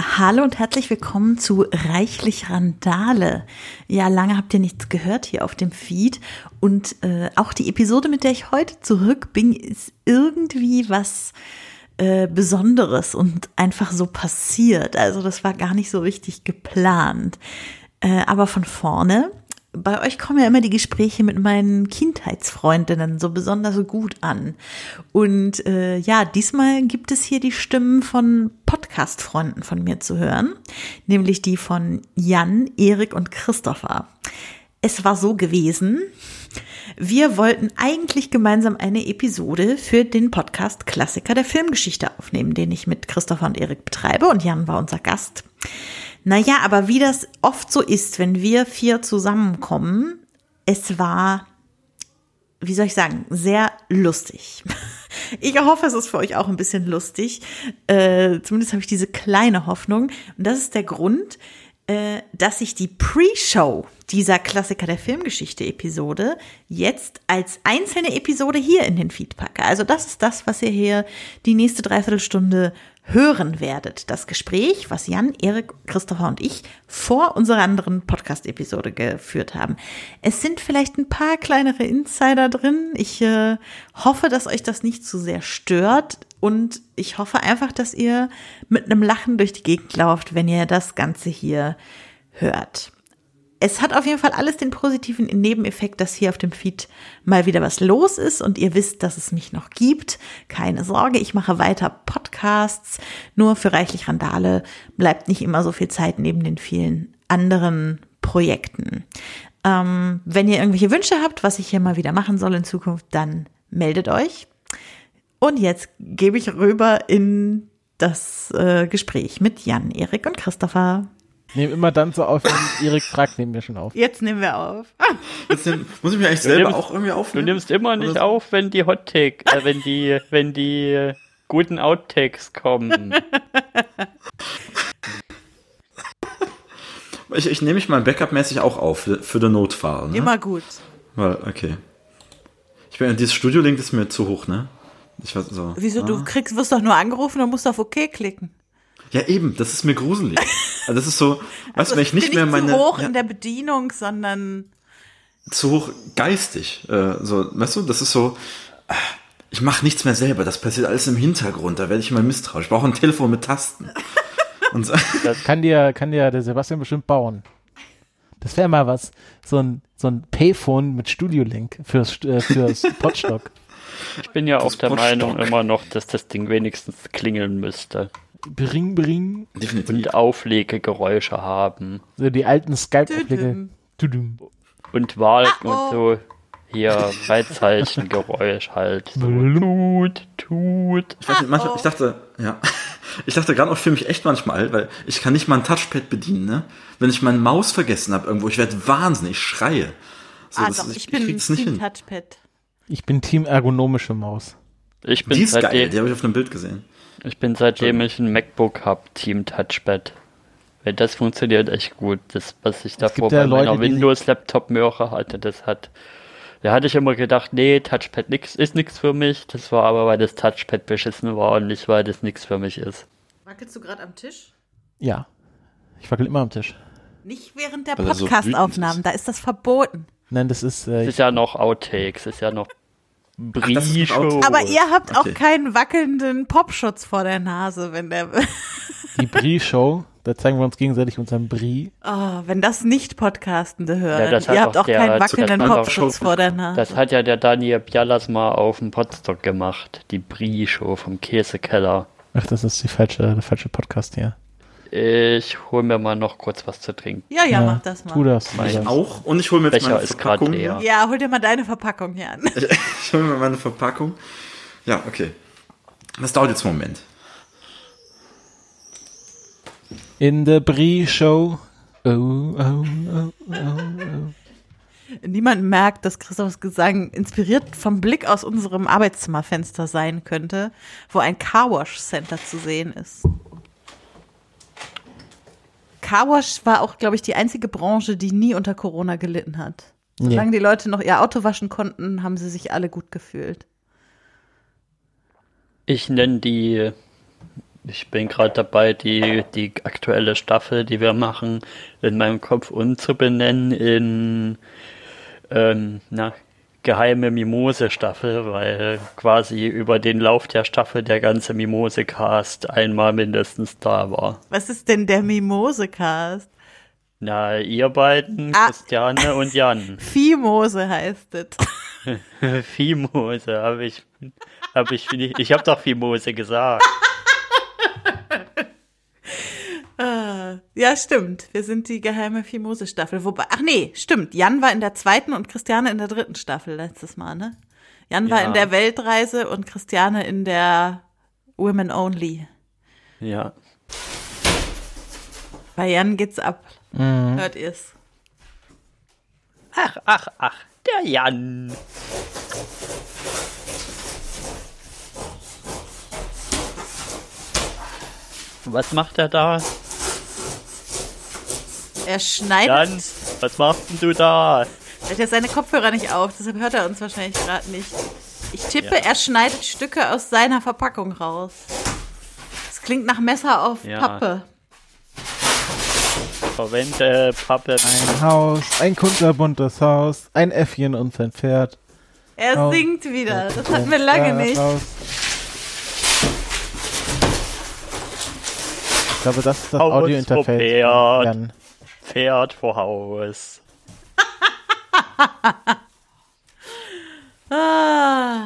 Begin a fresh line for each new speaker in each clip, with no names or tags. Hallo und herzlich willkommen zu Reichlich Randale. Ja, lange habt ihr nichts gehört hier auf dem Feed. Und äh, auch die Episode, mit der ich heute zurück bin, ist irgendwie was äh, Besonderes und einfach so passiert. Also das war gar nicht so richtig geplant. Äh, aber von vorne, bei euch kommen ja immer die Gespräche mit meinen Kindheitsfreundinnen so besonders gut an. Und äh, ja, diesmal gibt es hier die Stimmen von Podcast-Freunden von mir zu hören, nämlich die von Jan, Erik und Christopher. Es war so gewesen, wir wollten eigentlich gemeinsam eine Episode für den Podcast Klassiker der Filmgeschichte aufnehmen, den ich mit Christopher und Erik betreibe und Jan war unser Gast. Naja, aber wie das oft so ist, wenn wir vier zusammenkommen, es war, wie soll ich sagen, sehr lustig. Ich hoffe, es ist für euch auch ein bisschen lustig. Äh, zumindest habe ich diese kleine Hoffnung. Und das ist der Grund, äh, dass ich die Pre-Show dieser Klassiker der Filmgeschichte-Episode jetzt als einzelne Episode hier in den Feed packe. Also das ist das, was ihr hier die nächste Dreiviertelstunde hören werdet. Das Gespräch, was Jan, Erik, Christopher und ich vor unserer anderen Podcast-Episode geführt haben. Es sind vielleicht ein paar kleinere Insider drin. Ich äh, hoffe, dass euch das nicht zu so sehr stört. Und ich hoffe einfach, dass ihr mit einem Lachen durch die Gegend lauft, wenn ihr das Ganze hier hört es hat auf jeden Fall alles den positiven Nebeneffekt, dass hier auf dem Feed mal wieder was los ist und ihr wisst, dass es mich noch gibt. Keine Sorge, ich mache weiter Podcasts. Nur für reichlich Randale bleibt nicht immer so viel Zeit neben den vielen anderen Projekten. Ähm, wenn ihr irgendwelche Wünsche habt, was ich hier mal wieder machen soll in Zukunft, dann meldet euch. Und jetzt gebe ich rüber in das äh, Gespräch mit Jan, Erik und Christopher.
Nehmen immer dann so auf, wenn Erik fragt, nehmen wir schon auf.
Jetzt nehmen wir auf.
Jetzt nehm, muss ich mich eigentlich selber nimmst, auch irgendwie aufnehmen?
Du nimmst immer nicht so? auf, wenn die Hot äh, wenn die, wenn die äh, guten Outtakes kommen.
ich, ich nehme mich mal backup-mäßig auch auf, für, für den Notfall. Ne?
Immer gut.
Weil, okay. Ich bin, dieses Studio-Link ist mir zu hoch, ne? Ich weiß, so.
Wieso, ah. du kriegst, wirst doch nur angerufen und musst auf OK klicken.
Ja, eben, das ist mir gruselig. Also das ist so, weißt du, also wenn ich nicht mehr meine.
Zu hoch
ja,
in der Bedienung, sondern.
Zu hoch geistig. Äh, so, weißt du, das ist so. äh, Ich mache nichts mehr selber, das passiert alles im Hintergrund, da werde ich immer misstrauisch. Ich brauche ein Telefon mit Tasten.
So. Das kann dir, kann dir der Sebastian bestimmt bauen. Das wäre mal was. So ein, so ein Payphone mit Studiolink fürs, äh, fürs Podstock.
Ich bin ja das auch der Podstock. Meinung immer noch, dass das Ding wenigstens klingeln müsste.
Bring, bring.
Definitiv. Und Auflegegeräusche haben.
So die alten Skype-Auflege.
Und Walken ah, oh. und so. Hier, Freizeichengeräusch halt. So, tut, tut.
Ich, weiß nicht,
Ah,
manchmal, ich dachte, ja. Ich dachte gerade auch für mich echt manchmal, weil ich kann nicht mal ein Touchpad bedienen, ne? Wenn ich meine Maus vergessen habe irgendwo, ich werde wahnsinnig, ich schreie.
So, ah, das, doch, ich, ich bin ich Team hin. Touchpad.
Ich bin Team ergonomische Maus.
Ich bin halt
die ist geil, die habe ich auf einem Bild gesehen.
Ich bin seitdem ich ein MacBook habe, Team Touchpad. Weil das funktioniert echt gut. Das, was ich davor bei ja meiner Windows-Laptop Möhre hatte, das hat. Da hatte ich immer gedacht, nee, Touchpad nix, ist nichts für mich. Das war aber, weil das Touchpad beschissen war und nicht, weil das nichts für mich ist.
Wackelst du gerade am Tisch?
Ja. Ich wackel immer am Tisch.
Nicht während der Podcast-Aufnahmen, so da ist das verboten.
Nein, das ist.
Äh, das ist ja noch Outtakes, ist ja noch
Ach, Aber ihr habt Oh, okay. auch keinen wackelnden Popschutz vor der Nase, wenn der.
Die Brie-Show, da zeigen wir uns gegenseitig unseren Brie.
Oh, wenn das nicht Podcastende hören, ja, ihr habt auch keinen wackelnden Popschutz vor der Nase.
Das hat ja der Daniel Bialas mal auf dem Podstock gemacht, die Brie-Show vom Käsekeller.
Ach, das ist die falsche, der falsche Podcast hier.
Ich hole mir mal noch kurz was zu trinken.
Ja, ja, ja mach das mal.
Tu das.
Mach ich auch. Und ich hole mir jetzt
Becher
meine Verpackung.
Ja. ja, hol dir mal deine Verpackung hier an.
ich, ich hole mir meine Verpackung. Ja, okay. Das dauert jetzt einen Moment.
In der Brie-Show. Oh, oh, oh, oh, oh.
Niemand merkt, dass Christophs Gesang inspiriert vom Blick aus unserem Arbeitszimmerfenster sein könnte, wo ein Carwash Center zu sehen ist. Carwash war auch, glaube ich, die einzige Branche, die nie unter Corona gelitten hat. Solange die Leute noch ihr Auto waschen konnten, haben sie sich alle gut gefühlt.
Ich nenne die, ich bin gerade dabei, die, die aktuelle Staffel, die wir machen, in meinem Kopf umzubenennen in ähm, na, geheime Mimose-Staffel, weil quasi über den Lauf der Staffel der ganze Mimose-Cast einmal mindestens da war.
Was ist denn der Mimose-Cast?
Na, ihr beiden, ah. Christiane und Jan.
Fimose heißt es.
Fimose, habe ich, habe ich, nicht, ich habe doch Fimose gesagt.
Ah, ja, stimmt. Wir sind die geheime Fimose-Staffel. Wobei, ach nee, stimmt. Jan war in der zweiten und Christiane in der dritten Staffel letztes Mal, ne? Jan ja. war in der Weltreise und Christiane in der Women Only.
Ja.
Bei Jan geht's ab. Mhm. Hört ihr's.
Ach, ach, ach, der Jan. Was macht er da?
Er schneidet.
Jan, was machst du da?
Er hat ja seine Kopfhörer nicht auf, deshalb hört er uns wahrscheinlich gerade nicht. Ich tippe, ja. er schneidet Stücke aus seiner Verpackung raus. Das klingt nach Messer auf ja. Pappe.
Verwende Pappe.
Ein Haus, ein kunterbuntes Haus, ein Äffchen und sein Pferd.
Er Haus, singt wieder, das hatten wir lange nicht. Haus.
Ich glaube, das ist das Audiointerface.
Pferd. Pferd vor Haus.
ah.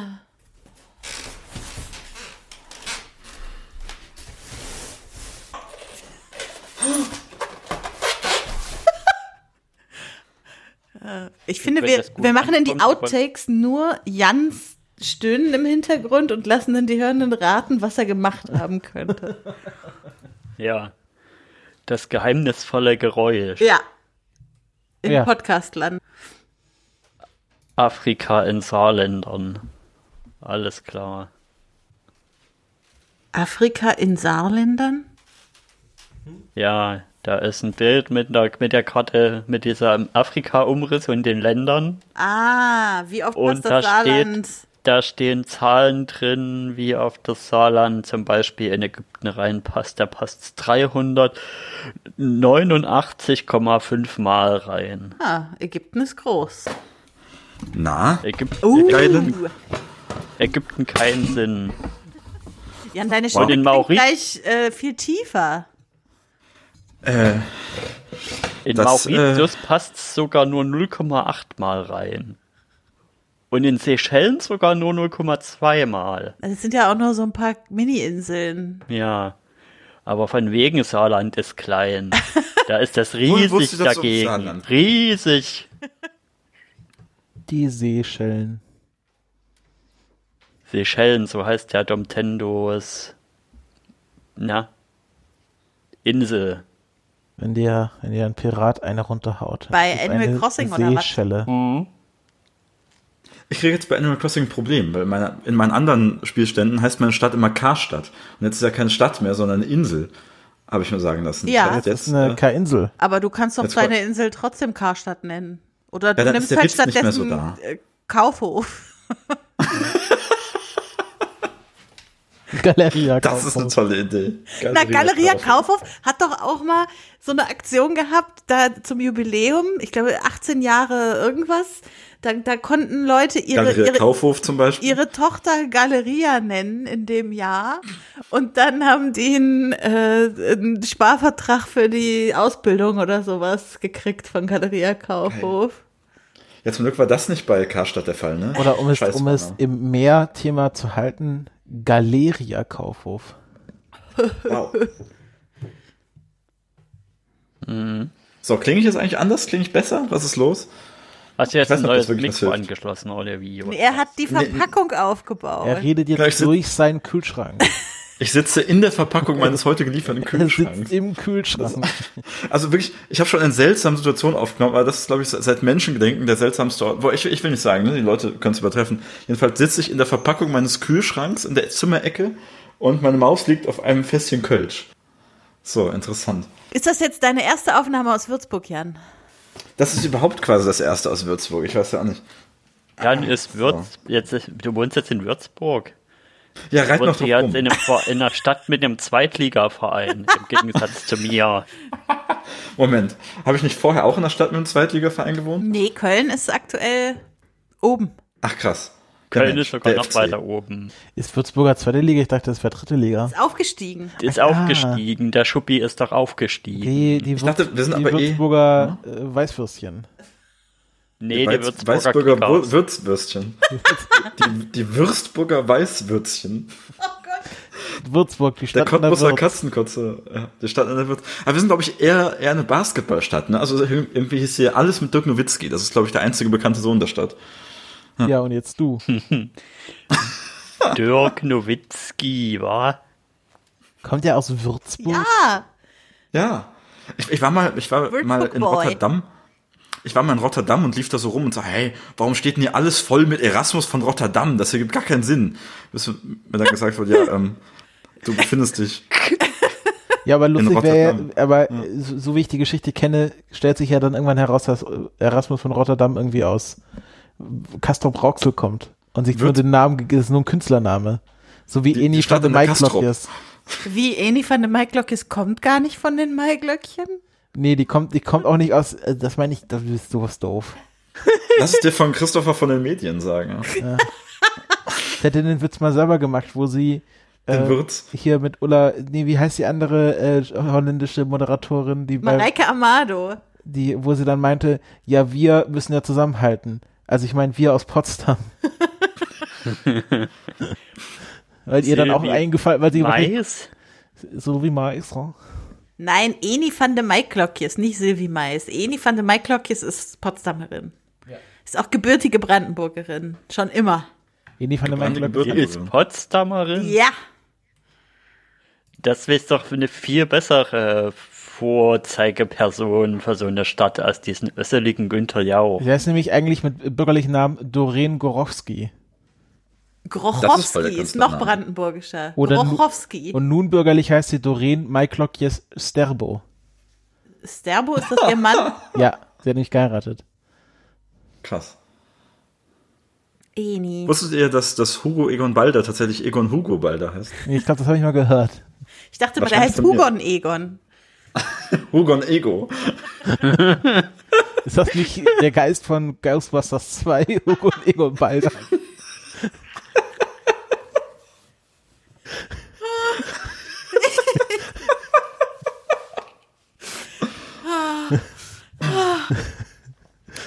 Ich finde, wir, wir machen in die Outtakes nur Jans Stöhnen im Hintergrund und lassen dann die Hörenden raten, was er gemacht haben könnte.
Ja. Das geheimnisvolle Geräusch.
Ja. Im ja. Podcastland.
Afrika in Saarländern. Alles klar.
Afrika in Saarländern?
Ja, da ist ein Bild mit der, mit der Karte, mit dieser Afrika-Umriss und den Ländern.
Ah, wie oft
und das da Saarland? Steht, da stehen Zahlen drin, wie auf das Saarland zum Beispiel in Ägypten reinpasst. Da passt 389,5 Mal rein.
Ah, Ägypten ist groß.
Na?
Ägypten, uh. Ägypten, Ägypten keinen Sinn.
Jan, deine Stimme klingt Mauri gleich äh, viel tiefer.
Äh,
in das, Mauritius äh, passt es sogar nur 0,8 Mal rein. Und in Seychellen sogar nur 0,2 Mal.
Das sind ja auch nur so ein paar Mini-Inseln.
Ja. Aber von wegen Saarland ist klein. Da ist das um riesig dagegen. Das riesig.
Die Seychellen.
Seychellen, so heißt ja Domtendos. Na? Insel.
Wenn dir, wenn dir ein Pirat eine runterhaut.
Bei Animal Crossing
Seeschelle. oder was? Seychelle.
Hm.
Mhm.
Ich kriege jetzt bei Animal Crossing ein Problem, weil meine, in meinen anderen Spielständen heißt meine Stadt immer Karstadt. Und jetzt ist ja keine Stadt mehr, sondern eine Insel. Habe ich mir sagen lassen.
Ja,
das, heißt jetzt, das ist eine äh, K-Insel.
Aber du kannst doch deine Insel trotzdem Karstadt nennen. Oder du
ja,
nimmst äh,
halt stattdessen so da.
Kaufhof.
Galeria
Kaufhof. Das ist eine tolle Idee.
Galeria Na, Galeria Kaufhof. Kaufhof hat doch auch mal so eine Aktion gehabt, da zum Jubiläum, ich glaube 18 Jahre irgendwas, da, da, konnten Leute ihre,
Galeria
ihre
Kaufhof zum Beispiel.
ihre Tochter Galeria nennen in dem Jahr. Und dann haben die einen, äh, einen Sparvertrag für die Ausbildung oder sowas gekriegt von Galeria Kaufhof.
Hey. Ja, zum Glück war das nicht bei Karstadt der Fall, ne?
Oder um es, um es im Meer-Thema zu halten, Galeria Kaufhof.
Wow. mhm. So, klinge ich jetzt eigentlich anders? Klinge ich besser? Was ist los?
Hast du jetzt ein neues Mikro angeschlossen oder wie? Oder?
Er hat die Verpackung nee. aufgebaut.
Er redet jetzt durch seinen Kühlschrank.
ich sitze in der Verpackung meines heute gelieferten Kühlschranks. Er sitzt
im Kühlschrank.
Also wirklich, ich habe schon eine seltsame Situation aufgenommen, aber das ist, glaube ich, seit Menschengedenken der seltsamste Ort. Boah, ich, ich will nicht sagen, ne? die Leute können es übertreffen. Jedenfalls sitze ich in der Verpackung meines Kühlschranks in der Zimmerecke und meine Maus liegt auf einem Fässchen Kölsch. So, interessant.
Ist das jetzt deine erste Aufnahme aus Würzburg, Jan?
Das ist überhaupt quasi das erste aus Würzburg, ich weiß ja auch nicht.
Dann ist Würz, jetzt, ist- du wohnst jetzt in Würzburg.
Ja, reit noch
Wohnst du
drauf
jetzt
rum.
in, einem, Vor- in einer Stadt mit einem Zweitligaverein, im Gegensatz zu mir.
Moment, habe ich nicht vorher auch in der Stadt mit einem Zweitligaverein gewohnt?
Nee, Köln ist aktuell oben.
Ach krass. Der
Köln
Mensch,
ist sogar
der
noch
FC.
weiter oben.
Ist Würzburger zweite Liga? Ich dachte, das wäre dritte Liga.
Ist aufgestiegen.
Ist
Ah.
aufgestiegen, der Schuppi ist doch aufgestiegen.
Die, die, Würz-
dachte, wir sind
die
aber eh-
Würzburger äh, Weißwürstchen.
Nee, die
Weiz-
Würzburger
Weißburger Wur-
Kickers.
Würzwürstchen. die, die Würzburger Weißwürstchen.
Würzburg, die
Der
Stadt an der
Cottbusser
Würz.
Katzenkotze. Ja, die Stadt an der Würz. Aber wir sind, glaube ich, eher, eher eine Basketballstadt. Ne? Also irgendwie ist hier alles mit Dirk Nowitzki. Das ist, glaube ich, der einzige bekannte Sohn der Stadt.
Ja, und jetzt du.
Hm.
Dirk Nowitzki, war.
Kommt ja aus Würzburg.
Ah,
Ja. Ich, ich war mal, ich war
Würzburg
mal in
Boy.
Rotterdam. Ich war mal in Rotterdam und lief da so rum und sag, hey, warum steht denn hier alles voll mit Erasmus von Rotterdam? Das ergibt gar keinen Sinn. Bis mir dann gesagt wurde, ja, ähm, du befindest dich.
Ja, aber lustig wäre
Rotterdam.
ja, aber äh, so, so wie ich die Geschichte kenne, stellt sich ja dann irgendwann heraus, dass äh, Erasmus von Rotterdam irgendwie aus Castrop Rauxel kommt und sich nur
Wird-
den Namen, ge- das ist nur ein Künstlername. So wie
Die-
Eni
die Stadt
von den
in der
Maiklöckchen.
Castrop.
ist.
wie Eni van den Maiglöckis kommt gar nicht von den Maiglöckchen.
Nee, die kommt, die kommt auch nicht aus, äh, das meine ich, das ist sowas doof.
Lass es dir von Christopher von den Medien sagen. Ja.
Ich hätte den Witz mal selber gemacht, wo sie
Den
äh,
Würz.
hier mit Ulla, nee, wie heißt die andere äh, holländische Moderatorin, die bei,
Mareike Amado.
die, wo sie dann meinte, ja, wir müssen ja zusammenhalten. Also ich meine, wir aus Potsdam. weil ihr dann auch
Sylvie
eingefallen, weil sie wahrscheinlich-
Mais?
so wie Mais, ne?
Nein, Eni van den Maiglöckis, nicht Silvi Mais. Eni van den Maiglöckis ist Potsdamerin. Ist auch gebürtige Brandenburgerin. Schon immer.
Jenny von der
Die
Meinung,
ist Potsdamerin?
Ja.
Das wäre doch eine viel bessere Vorzeigeperson für so eine Stadt als diesen össeligen Günther Jauch.
der ist nämlich eigentlich mit bürgerlichen Namen Doreen Gorowski.
Das ist voll
Grochowski ist,
der
noch
Künstlername.
brandenburgischer.
Oder nu-
Grochowski.
Und nun bürgerlich heißt sie Doreen Maiklokjes Sterbo.
Sterbo ist das ihr Mann?
Ja, sie hat nicht geheiratet.
Krass.
Eni.
Wusstet ihr, dass, dass Hugo Egon Balder tatsächlich Egon Hugo Balder heißt?
Nee, ich glaube, das habe ich mal gehört.
Ich dachte mal, der
Wahrscheinlich
heißt
von mir.
Hugon Egon.
Hugon Ego.
Ist das nicht der Geist von Ghostbusters 2, Hugo und Egon Balder?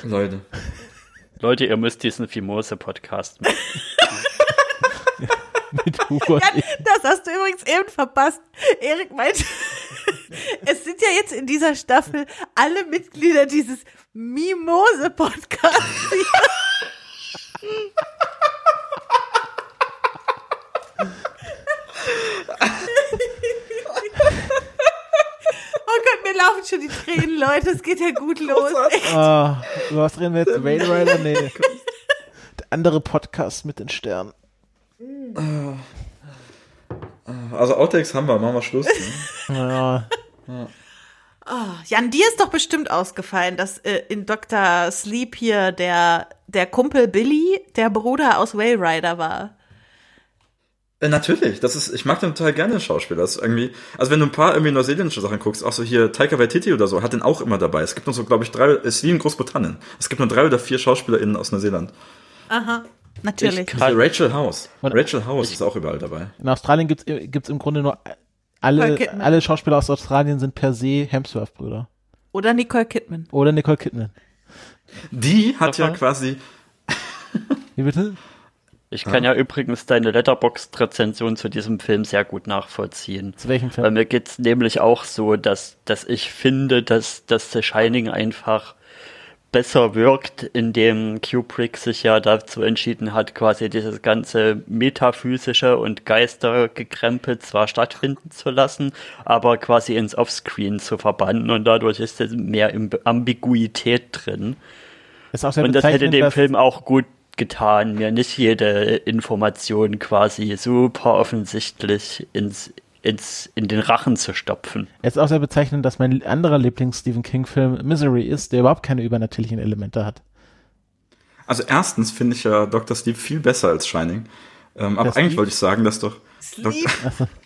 Leute.
Leute, ihr müsst diesen Fimose-Podcast machen.
Mit Hugo und Egon.
Das hast du übrigens eben verpasst. Erik meinte, es sind ja jetzt in dieser Staffel alle Mitglieder dieses Mimose-Podcasts. hier. Oh Gott, mir laufen schon die Tränen, Leute. Es geht ja gut los.
Ah, über was reden wir jetzt? Wayne Rider? Nee. Der andere Podcast mit den Sternen.
Also Outtakes haben wir, machen wir Schluss. Ne?
Ja,
Jan, dir ist doch bestimmt ausgefallen, dass äh, in Dr. Sleep hier der, der Kumpel Billy der Bruder aus Whale Rider war.
Äh, Natürlich, das ist, ich mag den total gerne, den Schauspieler. Das ist irgendwie, also wenn du ein paar irgendwie neuseeländische Sachen guckst, auch so hier Taika Waititi oder so, hat den auch immer dabei. Es gibt nur so, glaube ich, drei, es ist wie in Großbritannien. Es gibt nur drei oder vier SchauspielerInnen aus Neuseeland.
Natürlich.
Diese Rachel House.
Und-
Rachel House ist auch überall dabei.
in Australien gibt's gibt's im Grunde nur alle,
Nicole Kidman.
alle Schauspieler aus Australien sind per se Hemsworth-Brüder.
Oder Nicole Kidman.
Oder Nicole Kidman.
Die hat ja
Aha.
quasi,
Wie bitte?
Ich kann ja übrigens deine Letterboxd-Rezension zu diesem Film sehr gut nachvollziehen.
Zu welchem
Bei
Film?
mir geht's nämlich auch so, dass, dass ich finde, dass, dass The Shining einfach besser wirkt, indem Kubrick sich ja dazu entschieden hat, quasi dieses ganze metaphysische und Geistergekrempel zwar stattfinden zu lassen, aber quasi ins Offscreen zu verbannen und dadurch ist es mehr im Ambiguität drin.
Ist auch sehr
Und das hätte
bezeichnend,
dem
dass-
Film auch gut getan, mir nicht jede Information quasi super offensichtlich ins ins, in den Rachen zu stopfen.
Es ist auch sehr bezeichnend, dass mein anderer Lieblings-Stephen King-Film Misery ist, der überhaupt keine übernatürlichen Elemente hat.
Also erstens finde ich ja Dr. Sleep viel besser als Shining. Ähm, aber eigentlich wollte ich sagen, dass doch
Sleep.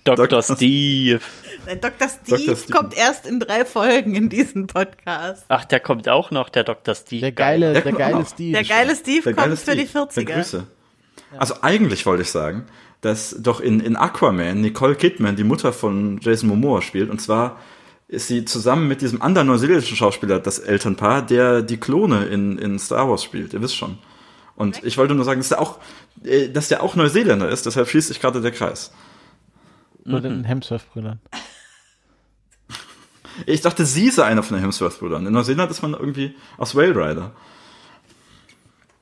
Dr. Steve.
Nein, Dr. Steve kommt erst in drei Folgen in diesen Podcast.
Ach, der kommt auch noch, der Dr. Steve.
Der geile, der,
kommt
geile
auch.
Steve.
Der geile Steve
Der geile
kommt
Steve.
für die 40er.
Ja, Grüße. Also eigentlich wollte ich sagen, dass doch in, in Aquaman Nicole Kidman die Mutter von Jason Momoa spielt. Und zwar ist sie zusammen mit diesem anderen neuseeländischen Schauspieler das Elternpaar, der die Klone in, in Star Wars spielt. Ihr wisst schon. Und ich wollte nur sagen, dass der auch, äh, dass der auch Neuseeländer ist. Deshalb schließt sich gerade der Kreis.
Nur den Hemsworth-Brüdern.
Ich dachte, sie sei einer von den Hemsworth-Brüdern. In Neuseeland ist man irgendwie aus Whale Rider.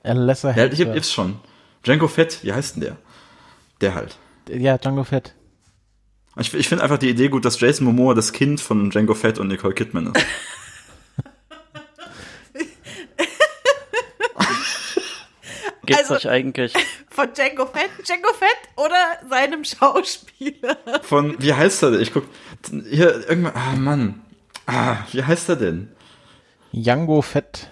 Äh, Lesser
Der, ich, ich
Hemsworth.
hab's schon. Django Fett, wie heißt denn der? Der halt.
Ja, Django Fett.
Ich, ich finde einfach die Idee gut, dass Jason Momoa das Kind von Django Fett und Nicole Kidman ist.
Geht's
Also-
euch eigentlich?
Von Django Fett, Django Fett oder seinem Schauspieler.
Von, wie heißt er denn? Ich guck, hier, irgendwann, ah, Mann. Ah, wie heißt er denn?
Django Fett.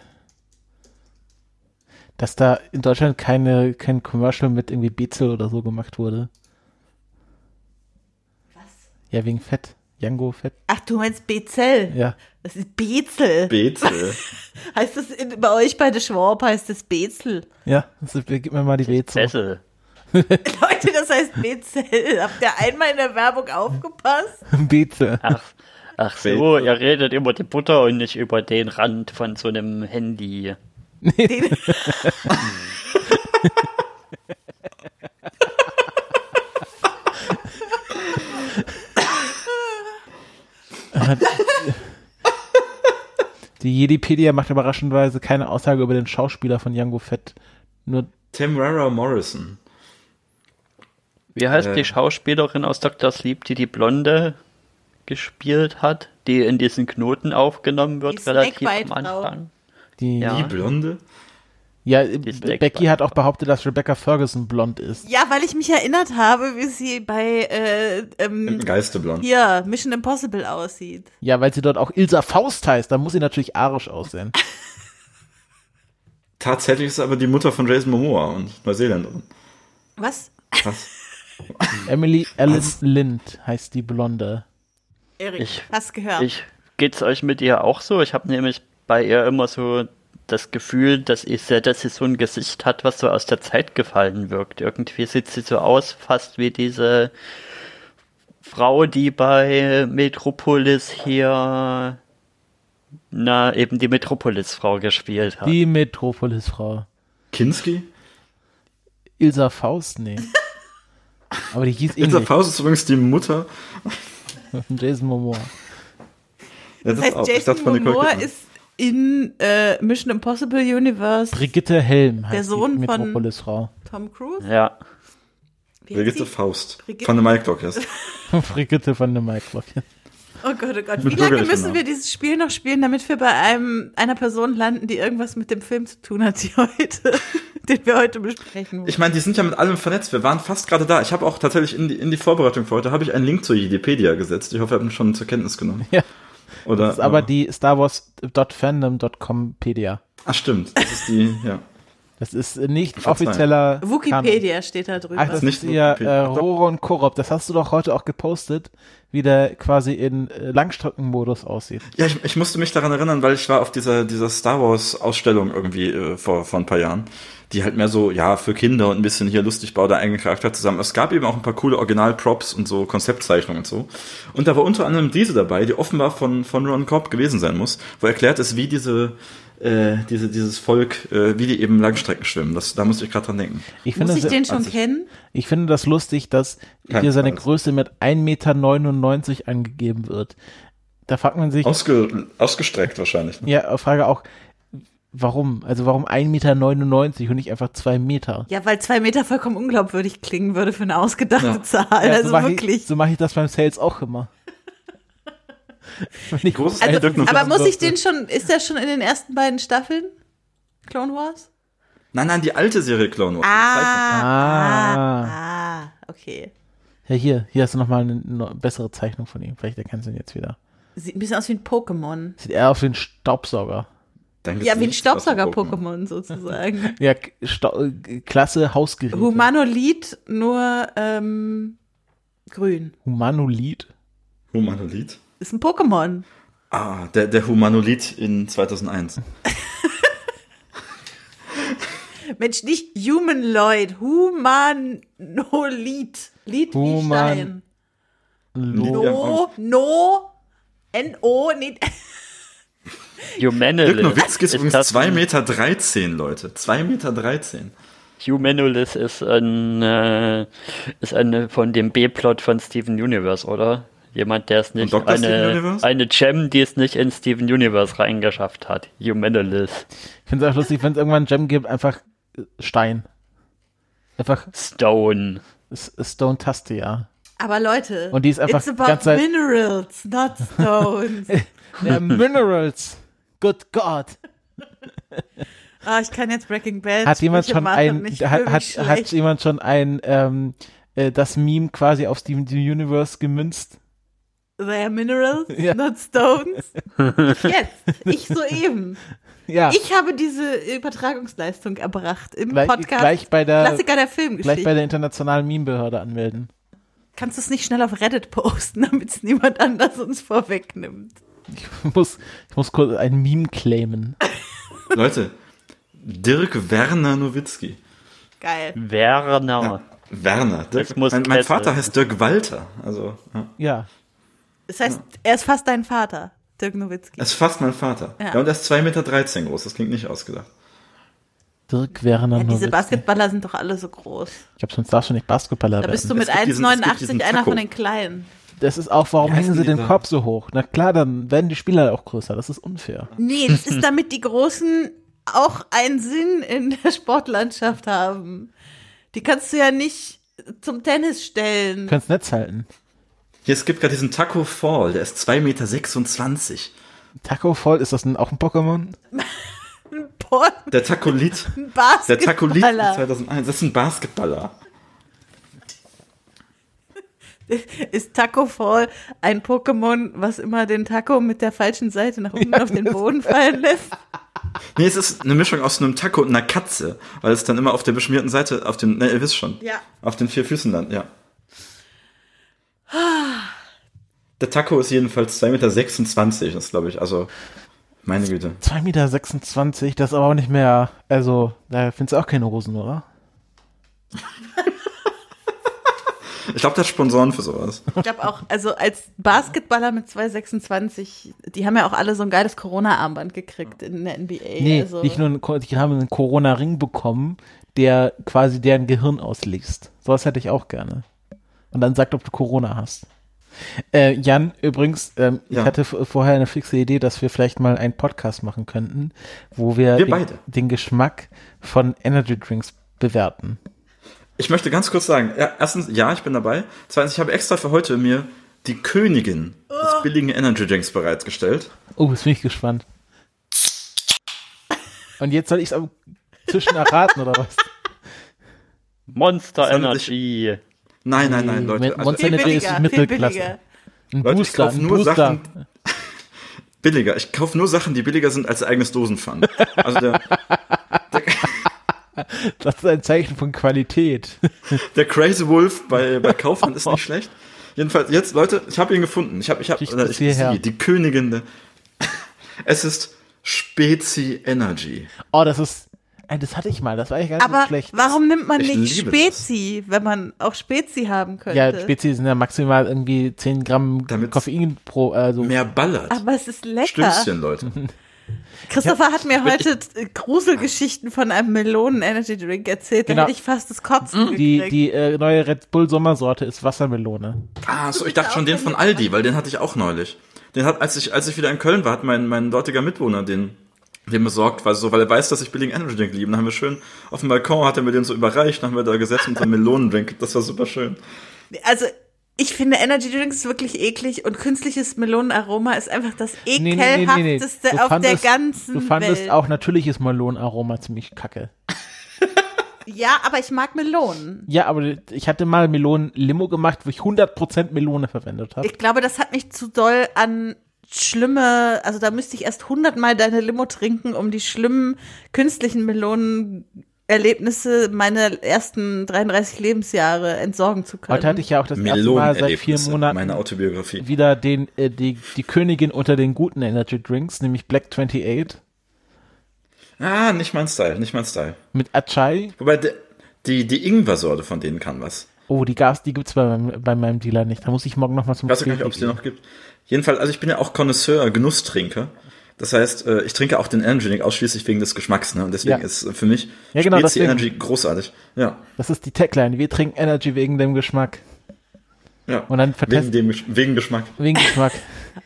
Dass da in Deutschland keine, kein Commercial mit irgendwie Bezel oder so gemacht wurde. Was? Ja, wegen Fett. Django Fett.
Ach, du meinst Bezel.
Ja.
Das ist Bezel.
Bezel.
heißt das in, bei euch bei der Schwab heißt das Bezel?
Ja, das ist, gib mir mal die Bezel.
Sessel.
Leute, das heißt Bezel. Habt ihr einmal in der Werbung aufgepasst?
Bezel.
Ach, ach so, ihr redet über die Butter und nicht über den Rand von so einem Handy.
Den,
Die Jedipedia macht überraschendweise keine Aussage über den Schauspieler von Django Fett. Nur
Tamara Morrison.
Wie heißt
Äh.
die Schauspielerin aus Dr. Sleep, die die Blonde gespielt hat, die in diesen Knoten aufgenommen wird,
Die
relativ am
Snackbite-Frau.
Anfang?
die.
Ja.
Die Blonde.
ja
Black
Becky hat auch behauptet, dass Rebecca Ferguson blond ist.
ja, weil ich mich erinnert habe, wie sie bei äh, ähm,
Geisterblond.
hier Mission Impossible aussieht.
Ja, weil sie dort auch Ilsa Faust heißt. Da muss sie natürlich arisch aussehen.
Tatsächlich ist aber die Mutter von Jason Momoa und Neuseeländerin.
Was?
Krass.
Emily Alice Lind heißt die Blonde.
Erik,
Ich-
hast gehört.
Ich geht's euch mit ihr auch so? Ich habe nämlich bei ihr immer so das Gefühl, dass ich sehr, dass sie so ein Gesicht hat, was so aus der Zeit gefallen wirkt. Irgendwie sieht sie so aus, fast wie diese Frau, die bei Metropolis hier na eben die Metropolis-Frau
Ah.
gespielt hat.
Die Metropolis-Frau.
Kinski?
Ilsa Faust, nee. Aber die hieß
Ilsa
ähnlich.
Faust ist übrigens die Mutter.
Jason Momoa.
Ja,
das heißt, Jason Momoa ist in äh, Mission Impossible Universe
Brigitte Helm heißt
Sohn
die
von-
Metropolis-Frau.
Tom Cruise.
Ja.
Wie heißt
Brigitte
sie?
Faust.
Brigitte-
Von dem Mike Dockers.
Brigitte von der Mike
Oh Gott, oh Gott.
Mit
Wie lange
bürgerlichen
müssen
Namen.
wir dieses Spiel noch spielen, damit wir bei einem, einer Person landen, die irgendwas mit dem Film zu tun hat, die heute, den wir heute besprechen wollen?
Ich meine, die sind ja mit allem vernetzt. Wir waren fast gerade da. Ich habe auch tatsächlich in die, in die Vorbereitung für heute habe ich einen Link zur Wikipedia gesetzt. Ich hoffe, ihr habt ihn schon zur Kenntnis genommen.
Ja.
Oder, äh,
Das ist aber die Star Wars.fandom.com-pedia.
Ach stimmt, das ist die. Ja.
Das ist nicht
Verzeihung.
offizieller. Kanon.
Wikipedia steht da drüber.
Ach, das
Nicht
ist ja äh,
Wikipedia.
Rohre und Korob. Das hast du doch heute auch gepostet, wie der quasi in äh, Langstreckenmodus aussieht.
Ja, ich, ich musste mich daran erinnern, weil ich war auf dieser, dieser Star Wars Ausstellung irgendwie äh, vor, vor ein paar Jahren, die halt mehr so, ja, für Kinder und ein bisschen hier lustig, bau deinen eigenen Charakter zusammen. Es gab eben auch ein paar coole Original-Props und so Konzeptzeichnungen und so. Und da war unter anderem diese dabei, die offenbar von, von Ron Cobb gewesen sein muss, wo erklärt ist, wie diese, äh, diese, dieses Volk, äh, wie die eben Langstrecken schwimmen. Das, da musste ich gerade dran denken.
Ich finde,
Muss ich
das-
den schon
also ich-
kennen?
Ich finde das lustig, dass
Kein
hier seine
Preis.
Größe mit 1,99 Meter angegeben wird. Da fragt man sich,
Ausge, ausgestreckt wahrscheinlich. Ne?
ja, äh, Frage auch, warum? Also warum 1,99 Meter und nicht einfach 2 Meter?
Ja, weil zwei Meter vollkommen unglaubwürdig klingen würde für eine ausgedachte
Ja.
Zahl.
Ja,
also
so mache ich,
wirklich.
so mach ich das beim Sales auch immer. Wenn ich
Großes
ein-
also,
Dirk noch
aber
wissen
muss ich
dürfte.
den schon, ist der schon in den ersten beiden Staffeln? Clone Wars?
Nein, nein, die alte Serie Clone Wars. die Zeichnung.
Ah,
Ah.
ah, ah okay.
Ja, hier, hier hast du nochmal eine, eine bessere Zeichnung von ihm. Vielleicht erkennst du ihn jetzt wieder.
Sieht ein bisschen aus wie ein Pokémon.
Sieht eher aus wie ein Staubsauger.
Dann gibt's
Ja, wie ein
nichts, was
Staubsauger-Pokémon sozusagen.
Ja, K- Stau äh, klasse Hausgeräte.
Humanoid, nur ähm, grün.
Humanolid.
Humanoid.
Ist ein Pokémon.
Ah, der, der Humanoid in 2001.
Mensch, nicht Humanoid, Humanoid. Lied wie
Human-
Stein.
Lo-
Ja,
No, no, N-O, nee.
Humanolis.
Dirk Nowitzki ist übrigens
Äh, das
2,13
ein-
Meter, 13, Leute. 2,13 Meter. 13.
Humanolis ist ein, äh, ist eine von dem B-Plot von Steven Universe, oder? Jemand, der es nicht
Dr. Steven
eine,
Universe?
eine Gem, die es nicht in Steven Universe reingeschafft hat. Humanolis.
Ich finde es auch lustig, wenn es irgendwann einen Gem gibt, einfach äh, Stein. Einfach
Stone.
S- Stone Tastia.
Aber Leute,
Und die ist einfach
it's about
ganz Zeit-
minerals, not stones.
Ja, Minerals. Good God.
Ah, ich kann jetzt Breaking Bad.
Hat jemand
Sprüche
schon
machen,
ein,
ich fühl
hat,
mich
hat, hat
schlecht.
jemand schon ein, ähm, äh, das Meme quasi auf Steven Universe gemünzt?
They are minerals,
Ja.
not stones. Ich jetzt, ich soeben.
Ja.
Ich habe diese Übertragungsleistung erbracht im
Ah. gleich,
Podcast
gleich bei der,
Klassiker der
gleich bei
Filmgeschichte.
der internationalen Memebehörde anmelden.
Kannst du es nicht schnell auf Reddit posten, damit es niemand anders uns vorwegnimmt?
Ich muss, ich muss kurz ein Meme claimen.
Leute, Dirk Werner Nowitzki.
Geil.
Werner.
Werner.
Es
Dirk,
muss
mein mein
Kessel.
Vater heißt Dirk Walter. Also, ja.
Ja.
Das heißt, er ist fast dein Vater, Dirk Nowitzki.
er ist fast mein Vater.
Ja.
Ja, und er ist 2,13 Meter 13 groß. Das klingt nicht ausgedacht.
Dirk Werner
Ja, diese
Nowitzki.
Basketballer sind doch alle so groß.
Ich glaube, sonst darfst du nicht Basketballer
Da bist du
werden.
mit
Es gibt diesen- es gibt
1,89
diesen
einer
Taco.
von den Kleinen.
Das ist auch, warum
Wie heißen
hängen sie
die
den
da?
Korb so hoch? Na klar, dann werden die Spieler auch größer. Das ist unfair.
Mhm.
Nee, das ist damit die Großen auch einen Sinn in der Sportlandschaft haben. Die kannst du ja nicht zum Tennis stellen.
Könnt's Netz halten.
Hier, es gibt gerade diesen Taco Fall. Der ist 2,26 Meter. 26.
Taco voll, ist das ein, auch ein Pokémon?
Boah,
Der Tacolit.
ein
Der Tacolit
Basketballer.
2001. Das ist ein Basketballer. halt-
Ist Taco Fall ein Pokémon, was immer den Taco mit der falschen Seite nach unten auf den Boden fallen lässt?
Nee, es ist eine Mischung aus einem Taco und einer Katze, weil es dann immer auf der beschmierten Seite, auf dem, ne, ihr wisst schon.
Ja.
Auf den vier Füßen landet, ja. Der Taco ist jedenfalls 2,26 Meter, das glaube ich, also, meine Güte.
2,26 Meter, das ist aber auch nicht mehr. Also, da findest du auch keine Hosen, oder?
Ich glaube, der hat Sponsoren für sowas.
Ich glaube auch, also als Basketballer mit 2,26, die haben ja auch alle so ein geiles Corona-Armband gekriegt in der NBA.
Nee,
also,
nicht nur, einen, Ko- die haben einen Corona-Ring bekommen, der quasi deren Gehirn ausliest. Sowas hätte ich auch gerne. Und dann sagt, ob du Corona hast. Äh, Jan, übrigens, ähm,
Ja.
ich hatte v- vorher eine fixe Idee, dass wir vielleicht mal einen Podcast machen könnten, wo wir,
Wir
den,
beide.
den Geschmack von Energy Drinks bewerten.
Ich möchte ganz kurz sagen, ja, erstens, ja, ich bin dabei. Zweitens, ich habe extra für heute mir die Königin des billigen Energy Drinks bereitgestellt.
Oh, jetzt bin ich gespannt. Und jetzt soll ich es am Zwischen erraten, oder was?
Monster
Das handelt sich-
Energy.
Nein, nein, nein, Leute. also
Monster
viel
Energy ist
billiger, viel
Mittelklasse.
billiger.
Ein
Leute, ich
Booster,
kaufe
ein
nur
Booster.
Sachen billiger. Ich kaufe nur Sachen, die billiger sind als ihr eigenes Dosenpfand. Also der,
Das ist ein Zeichen von Qualität.
Der Crazy Wolf bei, bei Kaufmann ist nicht schlecht. Jedenfalls, jetzt, Leute, ich habe ihn gefunden. Ich habe, ich habe,
Kriegt
oder
es
ich,
hierher.
sie, die Königin. der- Es ist Spezi Energy.
Oh, das ist. Ey, Das hatte ich mal, das war eigentlich gar nicht so
Aber
schlecht.
warum nimmt man
Ich
nicht
liebe
Spezi, wenn man auch Spezi haben könnte?
Ja, Spezi sind ja maximal irgendwie 10 Gramm
Damit's
Koffein pro. Also,
Mehr ballert.
Aber es ist lecker.
Stückchen, Leute.
Christopher hat mir heute äh, Gruselgeschichten von einem Melonen-Energy-Drink erzählt. Da
Genau.
hätte ich fast das Kotzen
die
gekriegt.
die äh, neue Red Bull Sommersorte ist Wassermelone.
Ah, so, ich dachte schon den von Aldi, weil den hatte ich auch neulich. Den hat, als ich, als ich wieder in Köln war, hat mein, mein dortiger Mitwohner den, den besorgt, weil so, weil er weiß, dass ich billigen Energy Drink liebe. Dann haben wir schön auf dem Balkon, hat er mir den so überreicht, dann haben wir da gesessen und so einen Melonendrink. Das war super schön.
Also, ich finde Energy-Drinks wirklich eklig und künstliches Melonenaroma ist einfach das ekelhafteste
Du
auf der
fandest-
ganzen
Du fandest
Welt.
auch natürliches Melonenaroma ziemlich kacke.
Ja, aber ich mag Melonen.
Ja, aber ich hatte mal Melonen-Limo gemacht, wo ich 100% Melone verwendet habe.
Ich glaube, das hat mich zu doll an schlimme, also da müsste ich erst hundertmal deine Limo trinken, um die schlimmen künstlichen Melonenerlebnisse meiner ersten 33 Lebensjahre entsorgen zu können.
Heute hatte ich ja auch das erste Mal seit vier
Melonenerlebnisse,
Monaten
Meine Autobiografie.
wieder den, äh, die, die Königin unter den guten Energy Drinks, nämlich Black 28
Ah, nicht mein Style, nicht mein Style.
mit Achai.
Wobei de, die, die Ingwer-Sorte von denen kann was.
Oh, die Gas, die gibt's bei meinem, bei meinem Dealer nicht. Da muss ich morgen nochmal zum
Ich weiß gar nicht, ob es die noch gibt. Jedenfalls, also ich bin ja auch Connoisseur, Genusstrinker. Das heißt, äh, ich trinke auch den Energy Drink ausschließlich wegen des Geschmacks, ne? Und deswegen
Ja.
ist äh, für mich
Ja, genau,
Spezi
deswegen.
Energy großartig. Ja.
Das ist die Tagline. Wir trinken Energy wegen dem Geschmack.
ja.
Und dann vertest-
wegen, dem, Gesch- wegen Geschmack.
Wegen Geschmack.